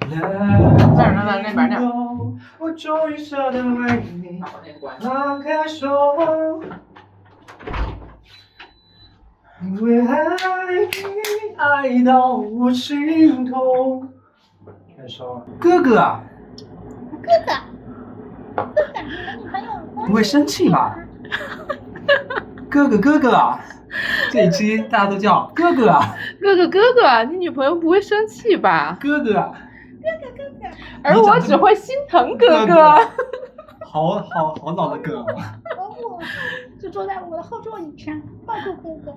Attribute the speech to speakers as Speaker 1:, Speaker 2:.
Speaker 1: 再让他在那边点。
Speaker 2: 我终于舍得为你
Speaker 1: 把那个关上。
Speaker 2: 放开手，因为爱你爱到我心痛。开手，哥哥啊，
Speaker 3: 哥哥，哥哥，你跟你朋友有关系
Speaker 2: 不会生气吧？哥哥哥哥啊，这一期大家都叫哥哥啊，
Speaker 4: 哥哥哥哥，你女朋友不会生气吧？
Speaker 2: 哥哥啊，
Speaker 4: 而我只会心疼哥
Speaker 2: 哥
Speaker 4: 哥。
Speaker 2: 好好好老的梗啊。
Speaker 3: 而我就坐在我的后座椅上，抱住哥哥。